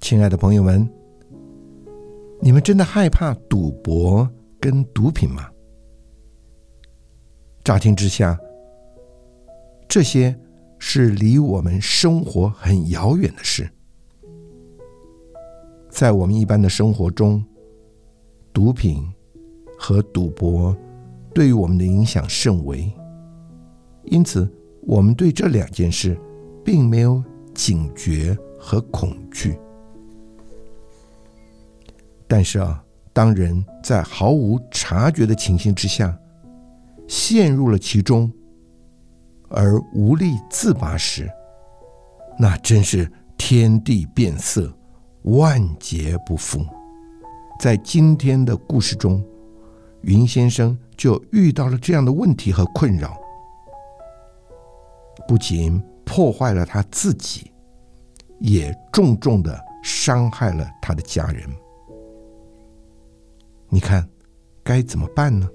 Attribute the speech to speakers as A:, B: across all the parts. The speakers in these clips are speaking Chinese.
A: 亲爱的朋友们，你们真的害怕赌博跟毒品吗？乍听之下，这些是离我们生活很遥远的事。在我们一般的生活中，毒品和赌博对于我们的影响甚微，因此我们对这两件事并没有警觉和恐惧。但是啊，当人在毫无察觉的情形之下，陷入了其中，而无力自拔时，那真是天地变色，万劫不复。在今天的故事中，云先生就遇到了这样的问题和困扰，不仅破坏了他自己，也重重的伤害了他的家人。你看，该怎么办呢？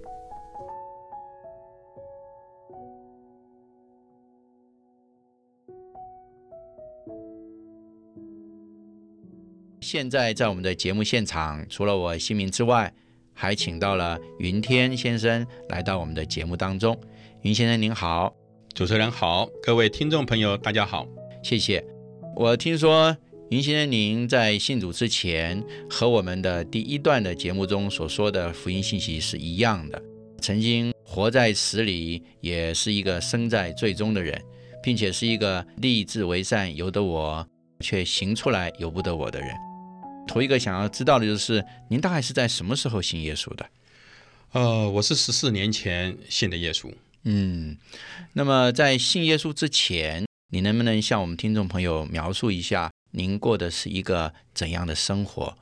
B: 现在在我们的节目现场，除了我新民之外，还请到了云天先生来到我们的节目当中。云先生您好，
C: 主持人好，各位听众朋友大家好。
B: 谢谢。我听说云先生您在信主之前和我们的第一段的节目中所说的福音信息是一样的，曾经活在死里，也是一个生在最终的人，并且是一个立志为善由得我，却行出来由不得我的人。头一个想要知道的就是您大概是在什么时候信耶稣的？
C: 呃，我是十四年前信的耶稣。
B: 嗯，那么在信耶稣之前，你能不能向我们听众朋友描述一下您过的是一个怎样的生活？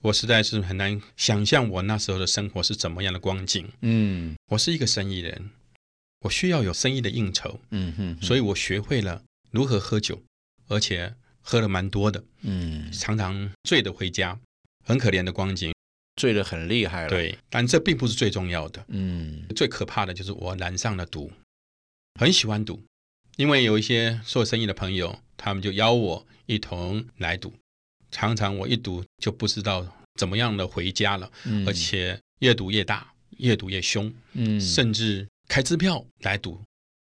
C: 我实在是很难想象我那时候的生活是怎么样的光景。
B: 嗯
C: 我是一个生意人，我需要有生意的应酬，
B: 嗯哼哼，
C: 所
B: 以
C: 以我学会了如何喝酒，而且喝了蛮多的，
B: 嗯，
C: 常常醉得回家，很可怜的光景。
B: 醉得很厉害了。，
C: 对，但这并不是最重要的。
B: 嗯
C: 最可怕的就是我染上了赌，很喜欢赌，因为有一些做生意的朋友，他们就邀我一同来赌，常常我一赌就不知道怎么样的回家了，
B: 嗯，
C: 而且越赌越大，越赌越凶，
B: 嗯，
C: 甚至开支票来赌，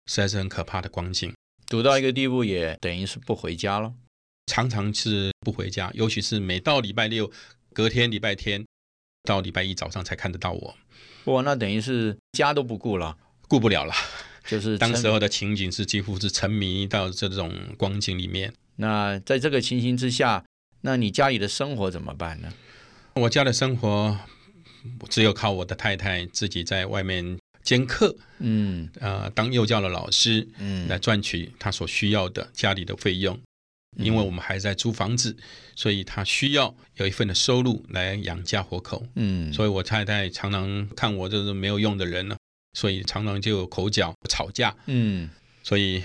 C: 实在是很可怕的光景。
B: 赌到一个地步，也等于是不回家了。
C: 常常是不回家，尤其是每到礼拜六，隔天礼拜天到礼拜一早上才看得到我，
B: 哇，那等于是家都不顾了，
C: 顾不了了。
B: 就是
C: 当
B: 真
C: 时候的情景是几乎是沉迷到这种光景里面。
B: 那在这个情形之下，那你家里的生活怎么办呢？
C: 我家的生活只有靠我的太太自己在外面兼课，
B: 嗯
C: 呃，当幼教的老师
B: 嗯，
C: 来赚取她所需要的家里的费用。
B: 嗯
C: 因为我们还在租房子，所以她需要有一份的收入来养家活口。
B: 嗯，
C: 所以我太太常常看我这是没有用的人了，所以常常就有口角吵架。
B: 嗯
C: 所以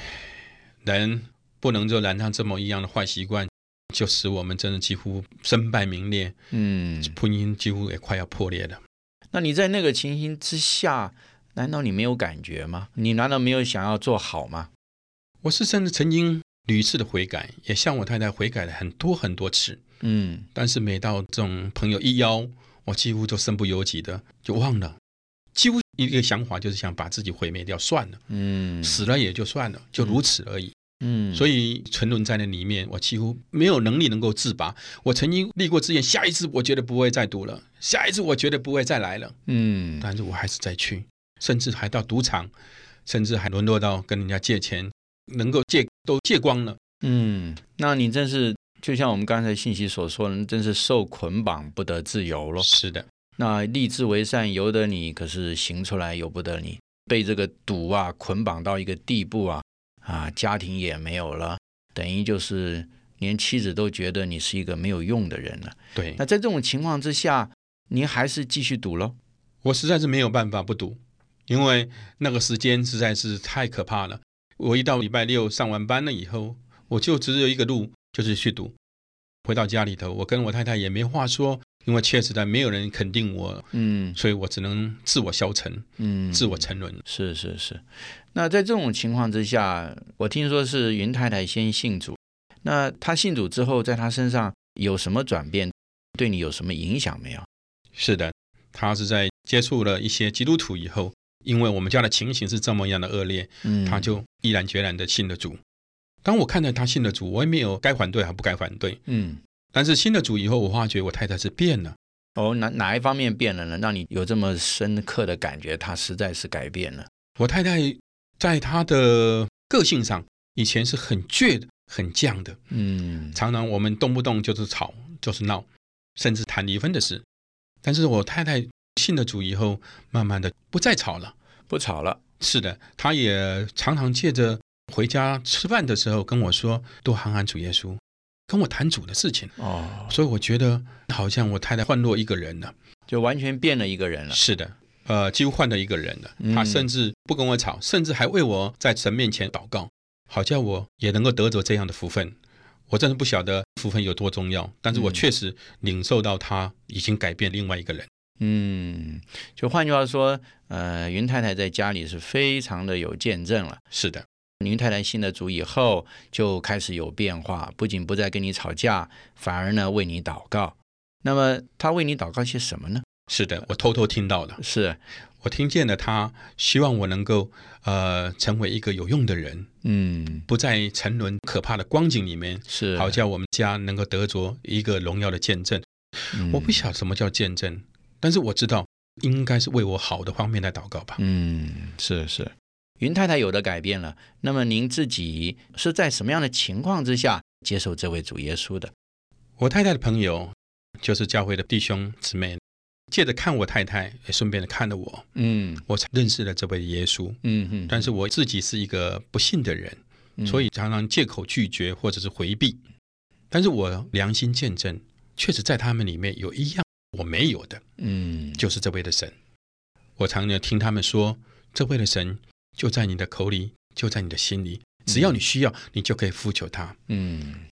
C: 人不能就染上这么一样的坏习惯，就使我们真的几乎身败名裂，
B: 嗯，
C: 婚姻几乎也快要破裂了。
B: 那你在那个情形之下，难道你没有感觉吗？你难道没有想要做好吗？
C: 我是甚至曾经屡次的悔改，也向我太太悔改了很多很多次，
B: 嗯
C: 但是每到这种朋友一邀，我几乎就身不由己的就忘了，几乎一个想法就是想把自己毁灭掉，算了，
B: 嗯
C: 死了也就算了，就如此而已。
B: 嗯，
C: 所
B: 以
C: 以沉沦在那里面，我几乎没有能力能够自拔。我曾经立过志愿，下一次我绝对不会再赌了，下一次我绝对不会再来了。
B: 嗯
C: 但是我还是再去，甚至还到赌场，甚至还沦落到跟人家借钱，能够借都借光了。
B: 嗯，那你真是就像我们刚才信息所说的，你真是受捆绑不得自由咯。
C: 是的，
B: 那立志为善由得你，可是行出来由不得你，被这个赌啊捆绑到一个地步啊啊，家庭也没有了，等于就是连妻子都觉得你是一个没有用的人了。
C: 对
B: 那在这种情况之下，您还是继续赌喽？
C: 我实在是没有办法不赌，因为那个时间实在是太可怕了。我一到礼拜六上完班了以后，我就只有一个路，就是去赌。回到家里头，我跟我太太也没话说，因为确实在没有人肯定我，
B: 嗯
C: 所以我只能自我消沉、
B: 嗯，
C: 自我沉沦。
B: 是是是。那在这种情况之下，我听说是云太太先信主，那她信主之后，在她身上有什么转变，对你有什么影响没有？
C: 是的，他是在接触了一些基督徒以后，因为我们家的情形是这么样的恶劣，
B: 嗯
C: 他就毅然决然的信了主。当我看到他信了主，我也没有该反对还不该反对。
B: 嗯，
C: 但是信了主以后，我发觉我太太是变了。
B: 哦，哪哪一方面变了呢？让你有这么深刻的感觉，他实在是改变了。
C: 我太太在她的个性上，以前是很倔的、很犟的，
B: 嗯，
C: 常常我们动不动就是吵，就是闹，甚至谈离婚的事。但是我太太信了主以后，慢慢的不再吵了。
B: 不吵了。
C: 是的，她也常常借着回家吃饭的时候跟我说，多喊喊主耶稣，跟我谈主的事情。
B: 哦，
C: 所以我觉得好像我太太换落一个人了。
B: 就完全变了一个人了。
C: 是的，呃，几乎换了一个人了。
B: 嗯
C: 她甚至不跟我吵，甚至还为我在神面前祷告，好叫我也能够得着这样的福分。我真的不晓得福分有多重要，但是我
B: 嗯
C: 确实领受到她已经改变另外一个人。
B: 嗯，就换句话说，呃，云太太在家里是非常的有见证了。
C: 是的，
B: 云太太信了主以后，就开始有变化，不仅不再跟你吵架，反而呢为你祷告。那么她为你祷告些什么呢？
C: 是的，我偷偷听到了，
B: 是，
C: 我听见了她希望我能够呃成为一个有用的人，
B: 嗯，
C: 不再沉沦可怕的光景里面，
B: 是。
C: 好叫我们家能够得着一个荣耀的见证。
B: 嗯
C: 我不晓得什么叫见证，但是我知道应该是为我好的方面来祷告吧。
B: 嗯，是是，云太太有的改变了。那么您自己是在什么样的情况之下接受这位主耶稣的？
C: 我太太的朋友就是教会的弟兄姊妹，借着看我太太，也顺便的看了我，
B: 嗯
C: 我才认识了这位耶稣。
B: 嗯嗯，
C: 但是我自己是一个不信的人，
B: 嗯
C: 所以常常借口拒绝或者是回避。但是我良心见证，确实在他们里面有一样我没有的，
B: 嗯
C: 就是这位的神。我常常听他们说，这位的神就在你的口里，就在你的心里，只要你需要，你就可以呼求他。
B: 嗯，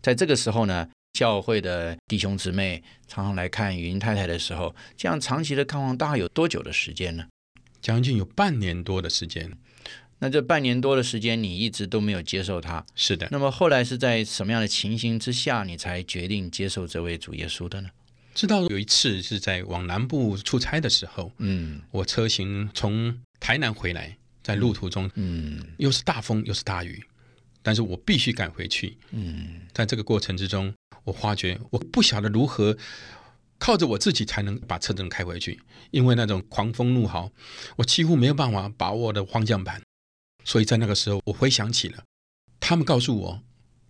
B: 在这个时候呢，教会的弟兄姊妹常常来看云太太的时候，这样长期的看望大概有多久的时间呢？
C: 将近有半年多的时间，
B: 那这半年多的时间，你一直都没有接受他。
C: 是的。
B: 那么后来是在什么样的情形之下，你才决定接受这位主耶稣的呢？
C: 直到有一次是在往南部出差的时候，
B: 嗯
C: 我车行从台南回来，在路途中
B: 嗯
C: 又是大风又是大雨，但是我必须赶回去。
B: 嗯，
C: 在这个过程之中，我发觉我不晓得如何靠着我自己才能把车灯开回去，因为那种狂风怒号，我几乎没有办法把握的方向盘。所以在那个时候，我回想起了，他们告诉我，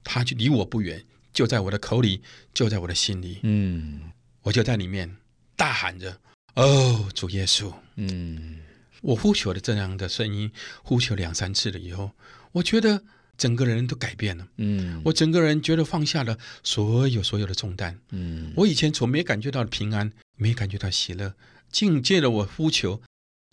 C: 他就离我不远，就在我的口里，就在我的心里，
B: 嗯
C: 我就在里面大喊着：“哦，主耶稣！”
B: 嗯
C: 我呼求了这样的声音，呼求两三次了以后，我觉得整个人都改变了。
B: 嗯，
C: 我整个人觉得放下了所有所有的重担，
B: 嗯
C: 我以前从没感觉到的平安，没感觉到喜乐，境界了我呼求，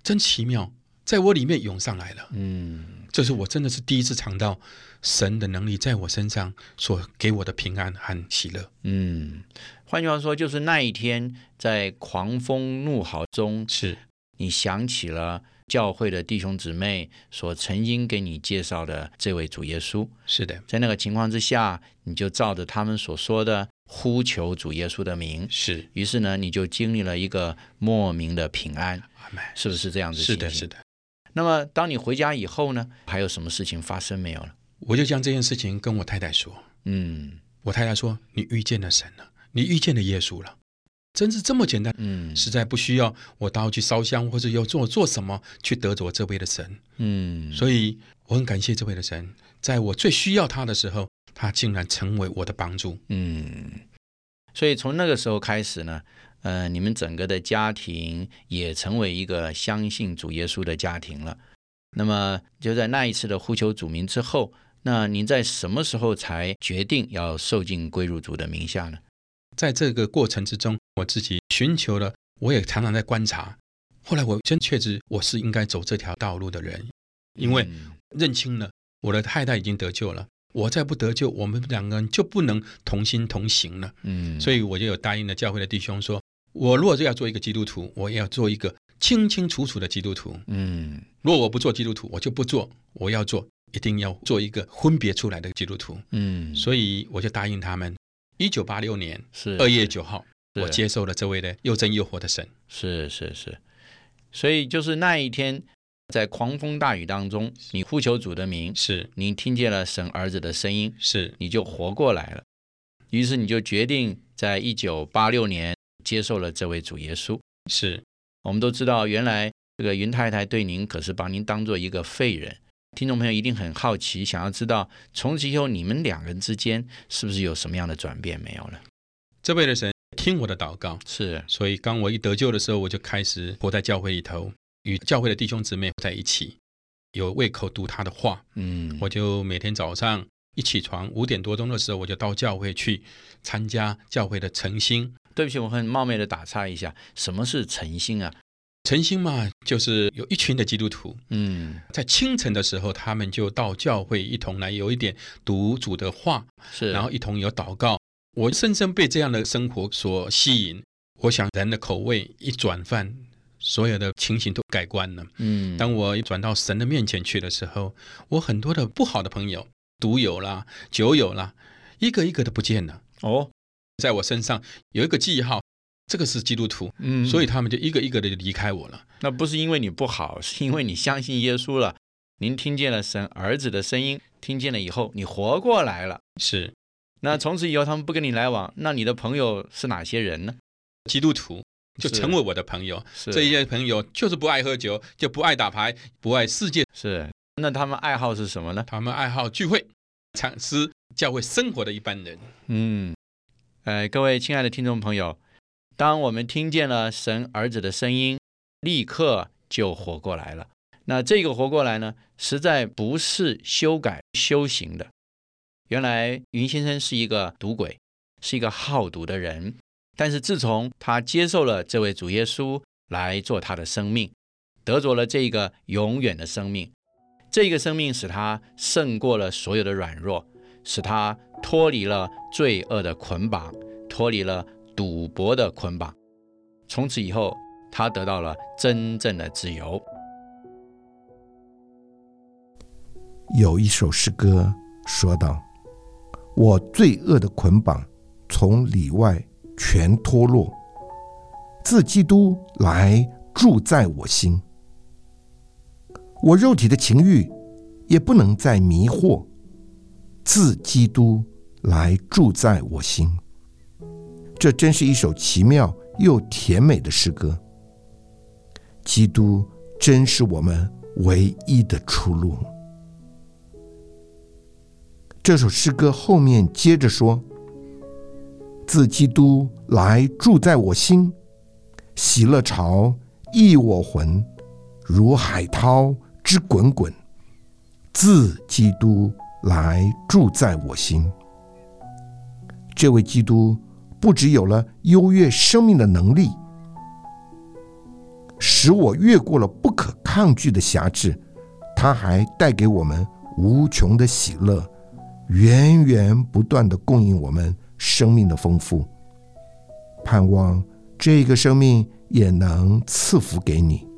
C: 真奇妙，在我里面涌上来了。
B: 嗯
C: 这是我真的是第一次尝到神的能力在我身上所给我的平安和喜乐。
B: 嗯，换句话说，就是那一天在狂风怒号中，
C: 是
B: 你想起了教会的弟兄姊妹所曾经给你介绍的这位主耶稣，
C: 是的，
B: 在那个情况之下，你就照着他们所说的呼求主耶稣的名，
C: 是
B: 于是呢，你就经历了一个莫名的平安，
C: 阿门。
B: 是不是这样子？
C: 是的，是。的。
B: 那么，当你回家以后呢，还有什么事情发生没有了？
C: 我就将这件事情跟我太太说，
B: 嗯
C: 我太太说：“你遇见了神了，你遇见了耶稣了。”真是这么简单，
B: 嗯
C: 实在不需要我到去烧香或者要做做什么去得着这位的神。
B: 嗯，
C: 所以我很感谢这位的神，在我最需要他的时候，他竟然成为我的帮助。
B: 嗯，所以从那个时候开始呢，呃，你们整个的家庭也成为一个相信主耶稣的家庭了。那么就在那一次的呼求主名之后，那您在什么时候才决定要受尽归入主的名下呢？
C: 在这个过程之中，我自己寻求了，我也常常在观察。后来我真确知我是应该走这条道路的人，因为
B: 嗯
C: 认清了我的太太已经得救了，我再不得救，我们两个人就不能同心同行了。
B: 嗯，
C: 所
B: 以
C: 以我就有答应了教会的弟兄说，我如果是要做一个基督徒，我也要做一个清清楚楚的基督徒。
B: 嗯
C: 如果我不做基督徒，我就不做，我要做，一定要做一个分别出来的基督徒。
B: 嗯，
C: 所以我就答应他们，一九八六年
B: 是
C: 二月九号，
B: 是
C: 我接受了这位的又真又活的神。
B: 是是是，所以就是那一天，在狂风大雨当中，你呼求主的名，
C: 是
B: 你听见了神儿子的声音，
C: 是
B: 你就活过来了。于是你就决定在一九八六年接受了这位主耶稣。
C: 是
B: 我们都知道，原来这个云太太对您可是把您当做一个废人。听众朋友一定很好奇，想要知道从此以后你们两个人之间是不是有什么样的转变没有了？
C: 这位的神听我的祷告，
B: 是
C: 所以刚我一得救的时候，我就开始活在教会里头，与教会的弟兄姊妹在一起，有胃口读他的话，
B: 嗯，
C: 我就每天早上一起床五点多钟的时候，我就到教会去参加教会的晨星。
B: 对不起，我很冒昧的打岔一下，什么是诚心啊？
C: 晨星嘛，就是有一群的基督徒，
B: 嗯，
C: 在清晨的时候，他们就到教会一同来有一点读主的话，
B: 是，
C: 然后一同有祷告。我深深被这样的生活所吸引。我想人的口味一转换，所有的情形都改观了。
B: 嗯，
C: 当我一转到神的面前去的时候，我很多的不好的朋友、毒友啦、酒友啦，一个一个都不见了。
B: 哦，
C: 在我身上有一个记号，这个是基督徒，
B: 嗯，
C: 所以他们就一个一个的离开我了。
B: 那不是因为你不好， 是因为你相信耶稣了。您听见了神儿子的声音，听见了以后，你活过来了。
C: 是
B: 那从此以后，他们不跟你来往，那你的朋友是哪些人呢？
C: 基督徒就成
B: 是
C: 为我的朋友，
B: 是
C: 这一些朋友就是不爱喝酒，就不爱打牌，不爱世界，
B: 是。那他们爱好是什么呢？
C: 他们爱好聚会、唱诗、教会生活的一般人。
B: 嗯，呃，各位亲爱的听众朋友，当我们听见了神儿子的声音，立刻就活过来了。那这个活过来呢，实在不是修改修行的。原来云先生是一个赌鬼，是一个好赌的人，但是自从他接受了这位主耶稣来做他的生命，得着了这个永远的生命，这个生命使他胜过了所有的软弱，使他脱离了罪恶的捆绑，脱离了赌博的捆绑。从此以后，他得到了真正的自由。
A: 有一首诗歌说道：“我罪恶的捆绑从里外全脱落，自基督来住在我心。我肉体的情欲也不能再迷惑，自基督来住在我心。”这真是一首奇妙又甜美的诗歌。基督真是我们唯一的出路。这首诗歌后面接着说：“自基督来住在我心，喜乐潮溢我魂，如海涛之滚滚。自基督来住在我心。”这位基督不只有了优越生命的能力，使我越过了不可抗拒的辖制，他还带给我们无穷的喜乐。源源不断的供应我们生命的丰富。盼望这个生命也能赐福给你。